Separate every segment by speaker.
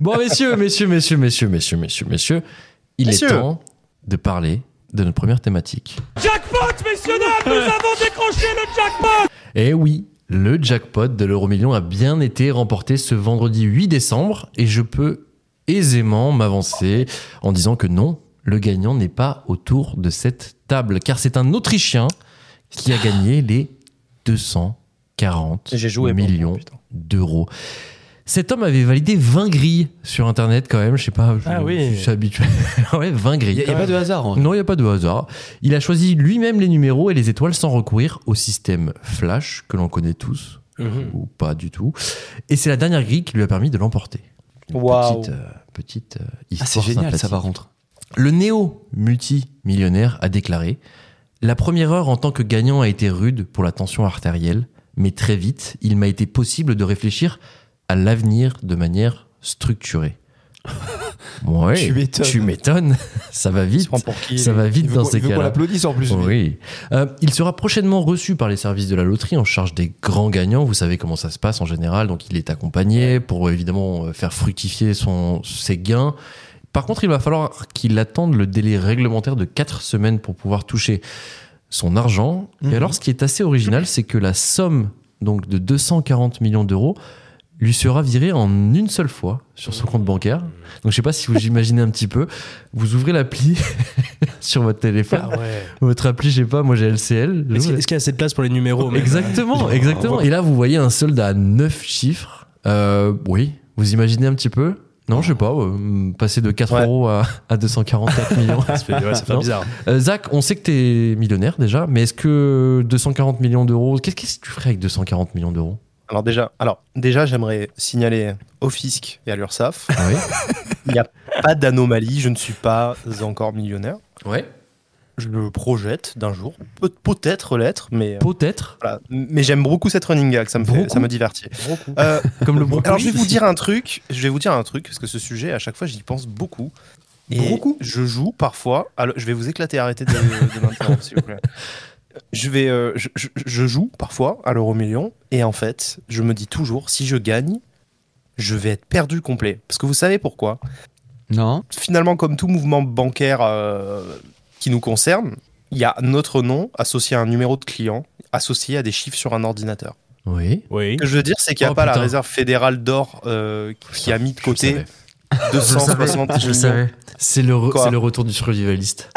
Speaker 1: Bon, messieurs, messieurs, messieurs, messieurs, messieurs, messieurs, messieurs, il
Speaker 2: Messieurs.
Speaker 1: est temps de parler de notre première thématique.
Speaker 3: Jackpot, messieurs, dames, nous avons décroché le jackpot
Speaker 1: Eh oui, le jackpot de l'euro-million a bien été remporté ce vendredi 8 décembre et je peux aisément m'avancer en disant que non, le gagnant n'est pas autour de cette table car c'est un Autrichien qui a gagné les 240
Speaker 2: J'ai joué pour
Speaker 1: millions
Speaker 2: moi, putain.
Speaker 1: d'euros. Cet homme avait validé 20 grilles sur internet quand même, je sais pas, je,
Speaker 2: Ah oui.
Speaker 1: je suis habitué. ouais, 20 grilles.
Speaker 4: Il n'y a, pas de hasard.
Speaker 2: Ah,
Speaker 4: en fait.
Speaker 1: Non, il n'y a pas de hasard. Il a choisi lui-même les numéros et les étoiles sans recourir au système Flash que l'on connaît tous, ou pas du tout. Et c'est la dernière grille qui lui a permis de l'emporter. Une
Speaker 2: Waouh.
Speaker 1: Petite, euh, petite euh,
Speaker 4: Ah,
Speaker 1: histoire
Speaker 4: c'est génial, ça
Speaker 1: sympathique.
Speaker 4: va rentrer.
Speaker 1: Le néo-multimillionnaire a déclaré La première heure en tant que gagnant a été rude pour la tension artérielle, mais très vite, il m'a été possible de réfléchir à l'avenir de manière structurée. Ouais,
Speaker 4: Tu m'étonnes.
Speaker 1: Tu m'étonnes. Ça va
Speaker 2: Il se
Speaker 1: vite.
Speaker 2: prend pour qui
Speaker 1: Ça va vite
Speaker 4: Il veut
Speaker 1: dans
Speaker 4: qu'on-
Speaker 1: ces
Speaker 4: il veut qu'on
Speaker 1: cas-là.
Speaker 4: l'applaudisse en plus. lui.
Speaker 1: Oui. Euh, il sera prochainement reçu par les services de la loterie en charge des grands gagnants. Vous savez comment ça se passe en général. Donc, il est accompagné pour évidemment euh, faire fructifier son, ses gains. Par contre, il va falloir qu'il attende le délai réglementaire de 4 semaines pour pouvoir toucher son argent.
Speaker 4: Mhm.
Speaker 1: Et alors, ce qui est assez original, c'est que la somme donc de 240 millions d'euros lui sera virée en une seule fois sur son compte bancaire. Donc, je sais pas si vous imaginez un petit peu. Vous ouvrez l'appli sur votre téléphone.
Speaker 2: Ah ouais.
Speaker 1: Votre appli, je sais pas, moi j'ai LCL.
Speaker 2: Est-ce qu'il
Speaker 1: Ouais.
Speaker 2: est-ce qu'il y a assez de place pour les numéros même
Speaker 1: Exactement, exactement. Et là, vous voyez un solde à 9 chiffres. Euh, oui, vous imaginez un petit peu Non, je sais pas, euh, passer de 4
Speaker 2: Ouais.
Speaker 1: euros à, à 244 millions.
Speaker 2: Ça fait, ouais, ça fait
Speaker 1: Non.
Speaker 2: bizarre.
Speaker 1: Euh, Zach, on sait que t'es millionnaire déjà, mais est-ce que 240 millions d'euros, qu'est-ce qu'est-ce que tu ferais avec 240 millions d'euros
Speaker 2: Alors déjà, alors déjà, j'aimerais signaler au fisc et à l'URSSAF,
Speaker 1: Ah oui
Speaker 2: il n'y a pas d'anomalie. Je ne suis pas encore millionnaire.
Speaker 1: Ouais.
Speaker 2: Je le projette d'un jour, Peut- peut-être l'être, mais euh,
Speaker 1: Peut-être,
Speaker 2: voilà. Mais j'aime beaucoup cette running gag. Ça me fait,
Speaker 1: Beaucoup.
Speaker 2: ça me divertit. Euh,
Speaker 1: comme le brocoli.
Speaker 2: alors je vais vous dire un truc. Je vais vous dire un truc parce que ce sujet, à chaque fois, j'y pense beaucoup. Et
Speaker 4: Beaucoup
Speaker 2: Je joue parfois. Alors, je vais vous éclater. Arrêtez de, de m'interrompre, s'il vous plaît. Je vais, euh, je, je- je joue parfois à l'euro million et en fait, je me dis toujours, si je gagne, je vais être perdu complet. Parce que vous savez pourquoi
Speaker 4: Non.
Speaker 2: finalement, comme tout mouvement bancaire euh, qui nous concerne, il y a notre nom associé à un numéro de client associé à des chiffres sur un ordinateur.
Speaker 1: Oui.
Speaker 3: Oui.
Speaker 2: Ce que je veux dire, c'est qu'il n'y a
Speaker 1: Oh,
Speaker 2: pas la
Speaker 1: putain.
Speaker 2: réserve fédérale d'or euh, qui a mis de côté
Speaker 1: Je le savais.
Speaker 2: 260
Speaker 1: Je le savais. C'est le, re-
Speaker 2: Quoi
Speaker 1: c'est le retour du survivaliste.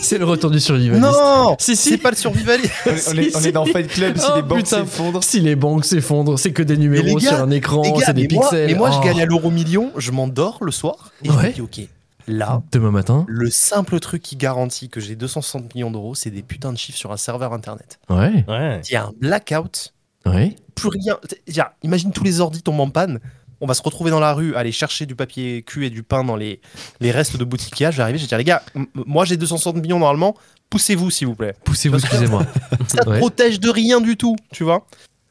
Speaker 1: c'est le retour du survivaliste.
Speaker 2: Non
Speaker 1: Si, si.
Speaker 2: C'est pas le survivaliste
Speaker 4: On est, on est- on est dans Fight Club, si
Speaker 1: Oh,
Speaker 4: les banques
Speaker 1: putain.
Speaker 4: s'effondrent.
Speaker 1: Si les banques s'effondrent, c'est que des numéros
Speaker 2: gars,
Speaker 1: sur un écran,
Speaker 2: Les gars,
Speaker 1: c'est des
Speaker 2: mais moi,
Speaker 1: pixels.
Speaker 2: mais moi,
Speaker 1: Oh.
Speaker 2: je gagne à l'euro million, je m'endors le soir et je
Speaker 1: Ouais.
Speaker 2: me dis, ok, là,
Speaker 1: Ah, Demain matin
Speaker 2: le simple truc qui garantit que j'ai 260 millions d'euros, c'est des putains de chiffres sur un serveur internet.
Speaker 1: Ouais,
Speaker 3: Ouais.
Speaker 2: Il y a un blackout,
Speaker 1: ouais.
Speaker 2: plus rien. T'es- tiens, imagine tous les ordis tombent en panne. On va se retrouver dans la rue, aller chercher du papier cul et du pain dans les, les restes de boutiques qu'il y a. Je vais arriver, je vais dire, les gars, m- m- moi j'ai 260 millions normalement, poussez-vous s'il vous plaît.
Speaker 1: Poussez-vous, excusez-moi.
Speaker 2: Ça te
Speaker 1: Ouais.
Speaker 2: protège de rien du tout, tu vois.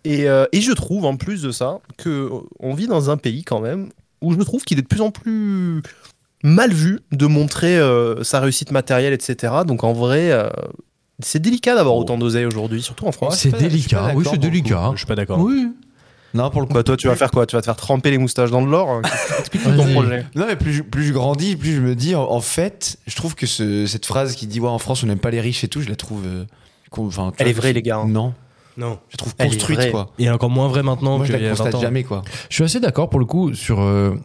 Speaker 2: Et, euh, et je trouve, en plus de ça, que euh, on vit dans un pays quand même où je trouve qu'il est de plus en plus mal vu de montrer euh, sa réussite matérielle, etc. Donc en vrai, euh, c'est délicat d'avoir autant d'oseille aujourd'hui, surtout en France.
Speaker 1: C'est délicat, oui, c'est délicat.
Speaker 3: Je suis pas d'accord.
Speaker 1: Oui.
Speaker 4: Non, pour le coup.
Speaker 2: Bah toi tu vas faire quoi Tu vas te faire tremper les moustaches dans de l'or hein. Explique-nous ton
Speaker 1: Vas-y.
Speaker 2: projet.
Speaker 4: Non, mais plus, je- plus je grandis, plus je me dis, en, en fait, je trouve que ce- cette phrase qui dit, ouais, en France, on n'aime pas les riches et tout, je la trouve. euh, con- enfin, tu
Speaker 2: Elle
Speaker 4: vois,
Speaker 2: est vraie les gars. hein.
Speaker 4: Non,
Speaker 3: Non.
Speaker 4: je la trouve
Speaker 2: Elle est
Speaker 4: construite,
Speaker 2: vraie.
Speaker 4: quoi.
Speaker 3: Et encore moins vrai maintenant
Speaker 4: Moi,
Speaker 3: qu'il
Speaker 4: je
Speaker 3: y
Speaker 4: la
Speaker 3: a 20
Speaker 4: constate
Speaker 3: ans.
Speaker 4: jamais, quoi.
Speaker 1: Je suis assez d'accord pour le coup sur euh,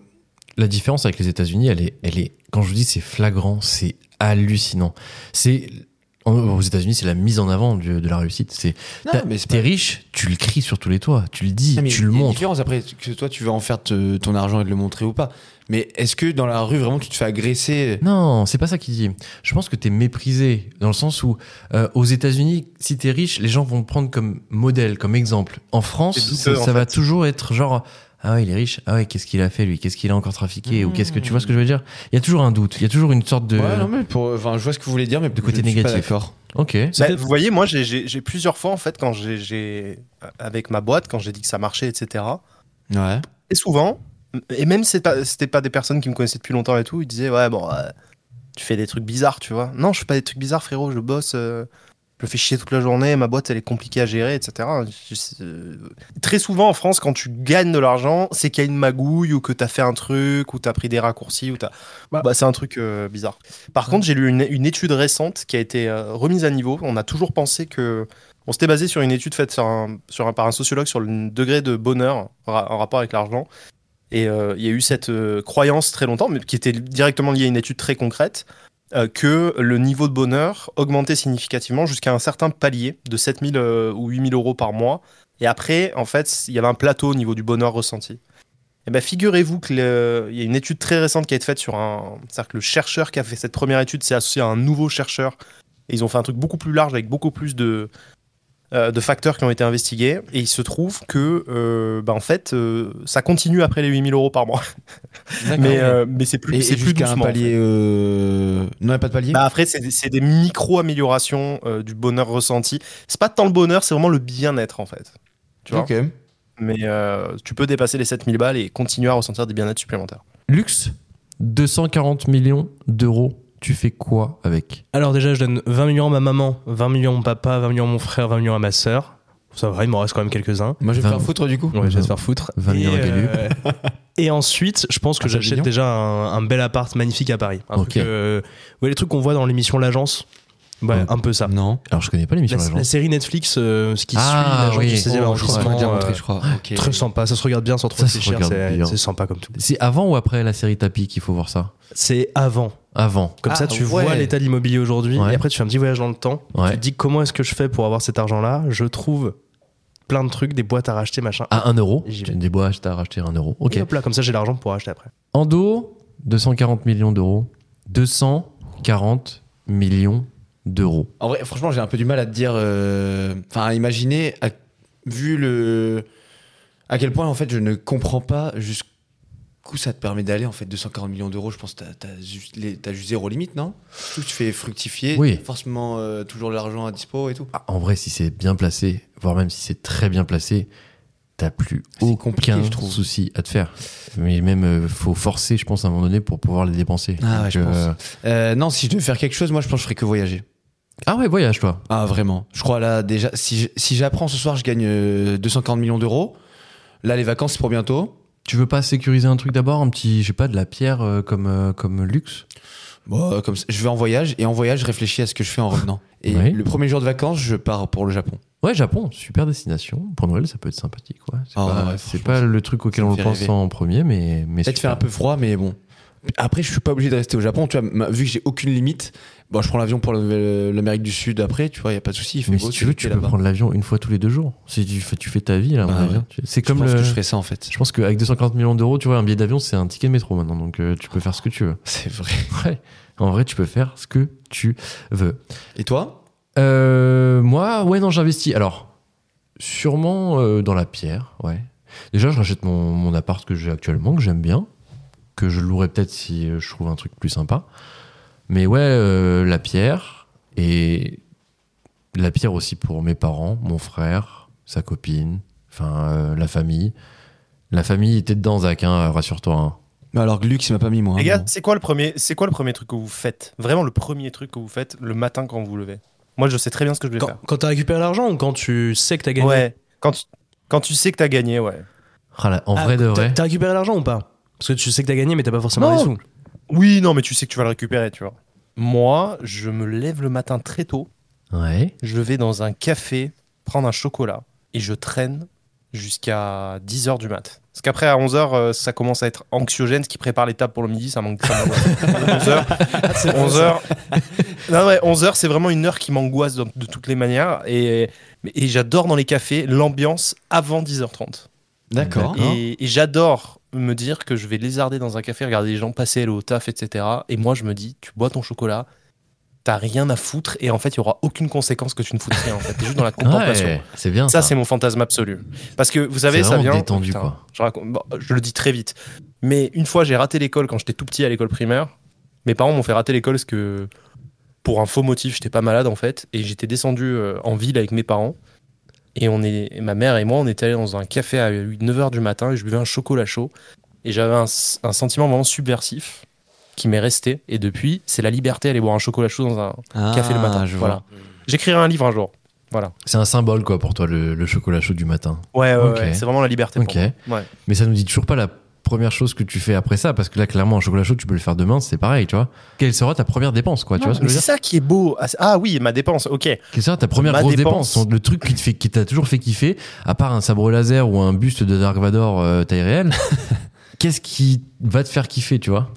Speaker 1: la différence avec les États-Unis. Elle est, elle est, quand je vous dis c'est flagrant, c'est hallucinant. C'est en- aux États-Unis, c'est la mise en avant du- de la réussite. C'est
Speaker 4: Non,
Speaker 1: t'as-
Speaker 4: mais c'est
Speaker 1: t'es riche, tu le cries sur tous les toits, tu le dis,
Speaker 2: Ah,
Speaker 4: Non, Ah, mais
Speaker 1: tu
Speaker 4: il
Speaker 1: le
Speaker 4: y a une
Speaker 1: montres.
Speaker 4: différence après que toi tu vas en faire te- ton argent et de le montrer ou pas. Mais est-ce que dans la rue vraiment tu te fais agresser
Speaker 1: Non, c'est pas ça qu'il dit. Je pense que t'es méprisé dans le sens où euh, aux États-Unis, si t'es riche, les gens vont te prendre comme modèle, comme exemple. En France,
Speaker 2: C'est douteux,
Speaker 1: ça,
Speaker 2: en
Speaker 1: ça va toujours être genre ah ouais, il est riche. Ah ouais, qu'est-ce qu'il a fait lui Qu'est-ce qu'il a encore trafiqué Ou qu'est-ce que tu vois ce que je veux dire Il y a toujours un doute. Il y a toujours une sorte de.
Speaker 4: Ouais, non Euh, mais pour, enfin, je vois ce que vous voulez dire, mais
Speaker 1: côté
Speaker 4: je suis pas
Speaker 1: négatif.
Speaker 4: d'accord.
Speaker 1: Ok.
Speaker 2: Bah,
Speaker 3: C'était-
Speaker 2: vous voyez, moi j'ai- j'ai j'ai plusieurs fois en fait quand j'ai- j'ai avec ma boîte quand j'ai dit que ça marchait, etc.
Speaker 4: Ouais.
Speaker 2: Et souvent, et même c'est pas- c'était pas des personnes qui me connaissaient depuis longtemps et tout, ils disaient ouais bon, euh, tu fais des trucs bizarres, tu vois. Non, je fais pas des trucs bizarres, frérot. Je bosse, euh, je me fais chier toute la journée, ma boîte elle est compliquée à gérer, etc. Je- c'est- euh, Très souvent en France, quand tu gagnes de l'argent, c'est qu'il y a une magouille ou que t'as fait un truc ou t'as pris des raccourcis ou t'as.
Speaker 5: Bah-
Speaker 2: Bah, c'est un truc euh, bizarre. Par contre, j'ai lu une, une étude récente qui a été euh, remise à niveau. On a toujours pensé que. On s'était basé sur une étude faite sur un- sur un- par un sociologue sur le degré de bonheur ra- en rapport avec l'argent. Et euh, il y a eu cette euh, croyance très longtemps, mais qui était directement liée à une étude très concrète, euh, que le niveau de bonheur augmentait significativement jusqu'à un certain palier de 7000 euh, ou 8000 euros par mois. Et après, en fait, il y avait un plateau au niveau du bonheur ressenti. Et bien, figurez-vous qu'il y a une étude très récente qui a été faite sur un. C'est-à-dire que le chercheur qui a fait cette première étude s'est associé à un nouveau chercheur. Et ils ont fait un truc beaucoup plus large avec beaucoup plus de, euh, de facteurs qui ont été investigués. Et il se trouve que, euh, bah, en fait, euh, ça continue après les 8000 euros par mois. Mais, euh, mais c'est plus,
Speaker 4: Et,
Speaker 2: c'est
Speaker 4: et
Speaker 2: plus
Speaker 4: jusqu'à un
Speaker 2: doucement, en fait.
Speaker 4: palier. euh, Non, il n'y a pas de palier.
Speaker 2: Bah après, c'est des- c'est des micro-améliorations euh, du bonheur ressenti. C'est pas tant le bonheur, c'est vraiment le bien-être en fait. Tu vois
Speaker 4: Ok.
Speaker 2: Mais euh, tu peux dépasser les 7000 balles et continuer à ressentir des bien-être supplémentaires.
Speaker 1: Luxe, 240 millions d'euros. Tu fais quoi avec
Speaker 5: Alors déjà, je donne 20 millions à ma maman, 20 millions à mon papa, 20 millions à mon frère, 20 millions à ma sœur. Ça va, il m'en reste quand même quelques-uns.
Speaker 4: Moi, je vais me faire
Speaker 1: Vingt.
Speaker 4: foutre du coup.
Speaker 5: Ouais, je vais se faire foutre.
Speaker 1: 20 millions à Galup.
Speaker 5: et ensuite, je pense que
Speaker 4: Ah, c'est
Speaker 5: j'achète
Speaker 4: mignon.
Speaker 5: déjà un, un bel appart magnifique à Paris. Un
Speaker 1: Ok.
Speaker 5: truc, euh, ouais, les trucs qu'on voit dans l'émission L'Agence. Ouais,
Speaker 1: Ouais.
Speaker 5: un peu ça.
Speaker 4: Non.
Speaker 1: Alors, je connais pas l'émission
Speaker 5: La, la
Speaker 1: L'Agence.
Speaker 5: série Netflix, euh, ce qui
Speaker 1: Ah,
Speaker 5: suit l'agent
Speaker 1: oui.
Speaker 5: du 16e
Speaker 4: Oh, je crois qu'on
Speaker 5: arrondissement.
Speaker 4: est déjà
Speaker 5: euh,
Speaker 4: rentré, je crois. Ok.
Speaker 5: Très sympa, ça se regarde bien sans trop
Speaker 1: Ça se
Speaker 5: réfléchir,
Speaker 1: regarde
Speaker 5: c'est
Speaker 1: bien.
Speaker 5: c'est sympa comme tout.
Speaker 1: C'est avant ou après la série Tapi qu'il faut voir ça
Speaker 5: C'est avant.
Speaker 1: Avant.
Speaker 5: Comme
Speaker 4: Ah,
Speaker 5: ça, tu
Speaker 4: ouais.
Speaker 5: vois l'état de l'immobilier aujourd'hui,
Speaker 1: Ouais.
Speaker 5: et après, tu fais un petit voyage dans le temps.
Speaker 1: Ouais.
Speaker 5: Tu te dis comment est-ce que je fais pour avoir cet argent-là Je trouve plein de trucs, des boîtes à racheter, machin.
Speaker 1: À 1 euro.
Speaker 5: J'y
Speaker 1: Tu
Speaker 5: vais.
Speaker 1: des bois à racheter 1 euro. Ok.
Speaker 5: Et hop là, comme ça, j'ai l'argent pour acheter après.
Speaker 1: Endo, 240 millions d'euros. 240 millions d'euros.
Speaker 4: En vrai, franchement, j'ai un peu du mal à te dire. euh, Enfin, à imaginer, à- vu le. À quel point, en fait, je ne comprends pas jusqu'où ça te permet d'aller. En fait, 240 millions d'euros, je pense que t'as- t'as juste les- t'as juste zéro limite, non Surtout que tu fais fructifier.
Speaker 1: Oui.
Speaker 4: t'as Forcément, euh, toujours de l'argent à dispo et tout.
Speaker 1: Ah, en vrai, si c'est bien placé, voire même si c'est très bien placé, t'as plus
Speaker 4: Ah, C'est compliqué,
Speaker 1: aucun
Speaker 4: je trouve.
Speaker 1: souci à te faire. Mais même, euh, faut forcer, je pense, à un moment donné pour pouvoir les dépenser.
Speaker 4: Ah ouais,
Speaker 1: Donc,
Speaker 4: je pense. Euh, non, si je devais faire quelque chose, moi, je pense que je ferais que voyager.
Speaker 1: Ah ouais, voyage, toi.
Speaker 4: Ah, vraiment. Je crois là, déjà, si je- si j'apprends ce soir, je gagne euh, 240 millions d'euros. Là, les vacances, c'est pour bientôt.
Speaker 1: Tu veux pas sécuriser un truc d'abord, un petit, je sais pas, de la pierre euh, comme, euh, comme luxe
Speaker 4: Bon, euh, comme ça, je vais en voyage et en voyage, je réfléchis à ce que je fais en revenant. Et
Speaker 1: Oui.
Speaker 4: le premier jour de vacances, je pars pour le Japon.
Speaker 1: Ouais, Japon, super destination. Pour Noël, ça peut être sympathique. Ouais. C'est pas,
Speaker 4: Ah ouais,
Speaker 1: c'est
Speaker 4: franchement,
Speaker 1: pas
Speaker 4: ça-
Speaker 1: le truc auquel
Speaker 4: ça me
Speaker 1: on
Speaker 4: fait
Speaker 1: pense
Speaker 4: rêver.
Speaker 1: en premier, mais. mais
Speaker 4: Peut-être fait
Speaker 1: super.
Speaker 4: un peu froid, mais bon. Après, je suis pas obligé de rester au Japon. Tu vois, ma- vu que j'ai aucune limite, bon, je prends l'avion pour le- euh, l'Amérique du Sud après. Tu vois, il y a pas de souci. Il fait
Speaker 1: Mais
Speaker 4: beau,
Speaker 1: si tu veux,
Speaker 4: t'es
Speaker 1: tu peux
Speaker 4: là-bas.
Speaker 1: prendre l'avion une fois tous les deux jours. Si tu fais, tu fais ta vie, là, à mon
Speaker 4: Bah
Speaker 1: avis.
Speaker 4: ouais.
Speaker 1: Tu- C'est
Speaker 4: Je
Speaker 1: comme
Speaker 4: pense
Speaker 1: le-
Speaker 4: que je ferais ça en fait.
Speaker 1: Je pense qu'avec 240 millions d'euros, tu vois, un billet d'avion, c'est un ticket de métro maintenant, donc euh,
Speaker 4: Ah.
Speaker 1: tu peux faire ce que tu veux.
Speaker 4: C'est vrai.
Speaker 1: Ouais. En vrai, tu peux faire ce que tu veux.
Speaker 4: Et toi
Speaker 1: Euh, moi, ouais, non, j'investis. Alors, sûrement euh, dans la pierre, ouais. Déjà, je rachète mon, mon appart que j'ai actuellement, que j'aime bien, que je louerai peut-être si euh, je trouve un truc plus sympa. Mais ouais, euh, la pierre, et la pierre aussi pour mes parents, mon frère, sa copine, enfin, euh, la famille. La famille était dedans, Zach, hein, rassure-toi. hein.
Speaker 4: Bah alors que Luc, il m'a pas mis moi.
Speaker 2: Les
Speaker 4: hein,
Speaker 2: gars,
Speaker 4: bon.
Speaker 2: c'est quoi le premier c'est quoi le premier truc que vous faites Vraiment le premier truc que vous faites le matin quand vous vous levez Moi, je sais très bien ce que je vais
Speaker 5: Quand,
Speaker 2: faire.
Speaker 5: quand t'as récupéré l'argent ou quand tu sais que t'as gagné
Speaker 2: Ouais. Quand tu, quand tu sais que t'as gagné, ouais.
Speaker 1: Ah là, en
Speaker 5: Ah,
Speaker 1: vrai de
Speaker 5: t'as-
Speaker 1: vrai.
Speaker 5: T'as récupéré l'argent ou pas Parce que tu sais que t'as gagné, mais t'as pas forcément
Speaker 2: Non.
Speaker 5: les sous.
Speaker 2: Oui, non, mais tu sais que tu vas le récupérer, tu vois. Moi, je me lève le matin très tôt.
Speaker 1: Ouais.
Speaker 2: je vais dans un café prendre un chocolat et je traîne jusqu'à 10h du mat. Parce qu'après, à 11h, ça commence à être anxiogène. Ce qui prépare les tables pour le midi, ça manque ça m'angoisse. 11h. 11h. Non, ouais, 11h, c'est vraiment une heure qui m'angoisse de, de toutes les manières. Et, et j'adore dans les cafés l'ambiance avant 10h30.
Speaker 4: D'accord.
Speaker 2: Et, et j'adore me dire que je vais lézarder dans un café, regarder les gens passer aller au taf, etc. Et moi, je me dis, tu bois ton chocolat, t'as rien à foutre, et en fait, il y aura aucune conséquence que tu ne foutes rien. En fait, t'es juste dans la contemplation.
Speaker 1: Ouais, c'est bien.
Speaker 2: Ça,
Speaker 1: Ça,
Speaker 2: c'est mon fantasme absolu. Parce que vous savez,
Speaker 1: C'est
Speaker 2: ça
Speaker 1: vraiment
Speaker 2: vient.
Speaker 1: détendu,
Speaker 2: Putain,
Speaker 1: quoi.
Speaker 2: Je, raconte- bon, je le dis très vite. Mais une fois, j'ai raté l'école quand j'étais tout petit à l'école primaire. Mes parents m'ont fait rater l'école parce que pour un faux motif, j'étais pas malade en fait. Et j'étais descendu euh, en ville avec mes parents. Et on est, et ma mère et moi, on était allés dans un café à 9h du matin et je buvais un chocolat chaud. Et j'avais un, s- un sentiment vraiment subversif qui m'est resté. Et depuis, c'est la liberté d'aller boire un chocolat chaud dans un
Speaker 4: Ah,
Speaker 2: café le matin.
Speaker 4: Je vois.
Speaker 2: voilà. J'écrirai un livre un jour. Voilà.
Speaker 1: C'est un symbole, quoi, pour toi, le, le chocolat chaud du matin.
Speaker 2: Ouais, ouais,
Speaker 1: Ok.
Speaker 2: ouais, c'est vraiment la liberté.
Speaker 1: Ok.
Speaker 2: Pour moi. Ouais.
Speaker 1: Mais ça nous dit toujours pas la première chose que tu fais après ça, parce que là, clairement, un chocolat chaud, tu peux le faire demain, c'est pareil, tu vois. Quelle sera ta première dépense, quoi, tu vois ce que
Speaker 2: Mais
Speaker 1: je veux
Speaker 2: c'est
Speaker 1: dire
Speaker 2: ça qui est beau. Ah, c'est- Ah oui, ma dépense, ok.
Speaker 1: Quelle sera ta première
Speaker 2: Ma
Speaker 1: grosse
Speaker 2: dépense.
Speaker 1: dépense, Le truc qui te fait- qui t'a toujours fait kiffer, à part un sabre laser ou un buste de Dark Vador euh, taille réelle, qu'est-ce qui va te faire kiffer, tu vois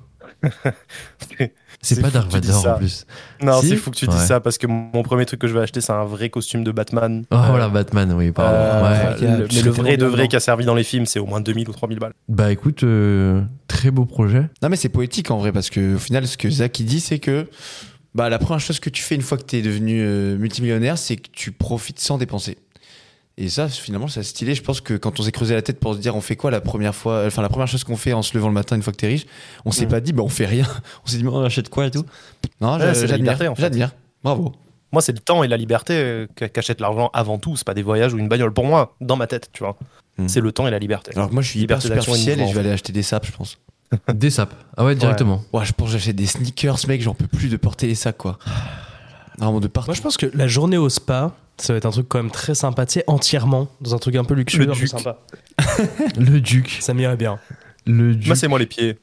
Speaker 1: C'est
Speaker 2: C'est
Speaker 1: pas
Speaker 2: fou
Speaker 1: Dark
Speaker 2: que tu dises
Speaker 1: Vador
Speaker 2: ça.
Speaker 1: en plus.
Speaker 2: Non,
Speaker 1: Si
Speaker 2: c'est fou que tu dises
Speaker 1: Ouais.
Speaker 2: ça parce que mon premier truc que je vais acheter, c'est un vrai costume de Batman.
Speaker 1: Oh
Speaker 2: Euh,
Speaker 1: voilà, Batman, oui, pardon.
Speaker 2: euh,
Speaker 1: Ouais.
Speaker 4: il y a-
Speaker 2: le-
Speaker 4: tu
Speaker 2: mais
Speaker 4: sais
Speaker 2: le
Speaker 4: tellement
Speaker 2: vrai de
Speaker 4: bien
Speaker 2: vrai
Speaker 4: dedans.
Speaker 2: qui a servi dans les films, c'est au moins 2000 ou 3000 balles.
Speaker 1: Bah écoute, euh, très beau projet.
Speaker 4: Non, mais c'est poétique en vrai, parce que au final, ce que Zach il dit, c'est que bah, la première chose que tu fais une fois que tu es devenu euh, multimillionnaire, c'est que tu profites sans dépenser. Et ça, finalement, c'est stylé. Je pense que quand on s'est creusé la tête pour se dire on fait quoi la première fois, enfin la première chose qu'on fait en se levant le matin une fois que t'es riche, on s'est
Speaker 2: Mm.
Speaker 4: pas dit bah on fait rien. On s'est dit bon, on achète quoi et tout. Non,
Speaker 2: Ouais,
Speaker 4: je-
Speaker 2: c'est la
Speaker 4: j'admire,
Speaker 2: liberté, en fait.
Speaker 4: j'admère. Bravo.
Speaker 2: Moi, c'est le temps et la liberté euh, qu'a- qu'achète l'argent avant tout. C'est pas des voyages ou une bagnole pour moi, dans ma tête, tu vois.
Speaker 4: Mm.
Speaker 2: C'est le temps et la liberté.
Speaker 4: Alors que moi, je suis hyper
Speaker 2: Liberté d'action et de
Speaker 4: superficiel et je vais
Speaker 2: mouvement.
Speaker 4: aller acheter des sapes, je pense.
Speaker 1: Des sapes. Ah ouais, directement.
Speaker 4: Ouais, je pense que j'achète des sneakers, mec. J'en peux plus de porter les sacs, quoi.
Speaker 2: Ah
Speaker 4: Vraiment de partout.
Speaker 5: Moi, je pense que la journée au spa, ça va être un truc quand même très sympa, tu sais, entièrement, dans un truc un peu luxueux,
Speaker 2: Le
Speaker 5: un peu
Speaker 2: duc.
Speaker 5: sympa.
Speaker 1: Le duc.
Speaker 5: Ça m'irait bien.
Speaker 1: Le duc.
Speaker 2: Moi, c'est moi les pieds.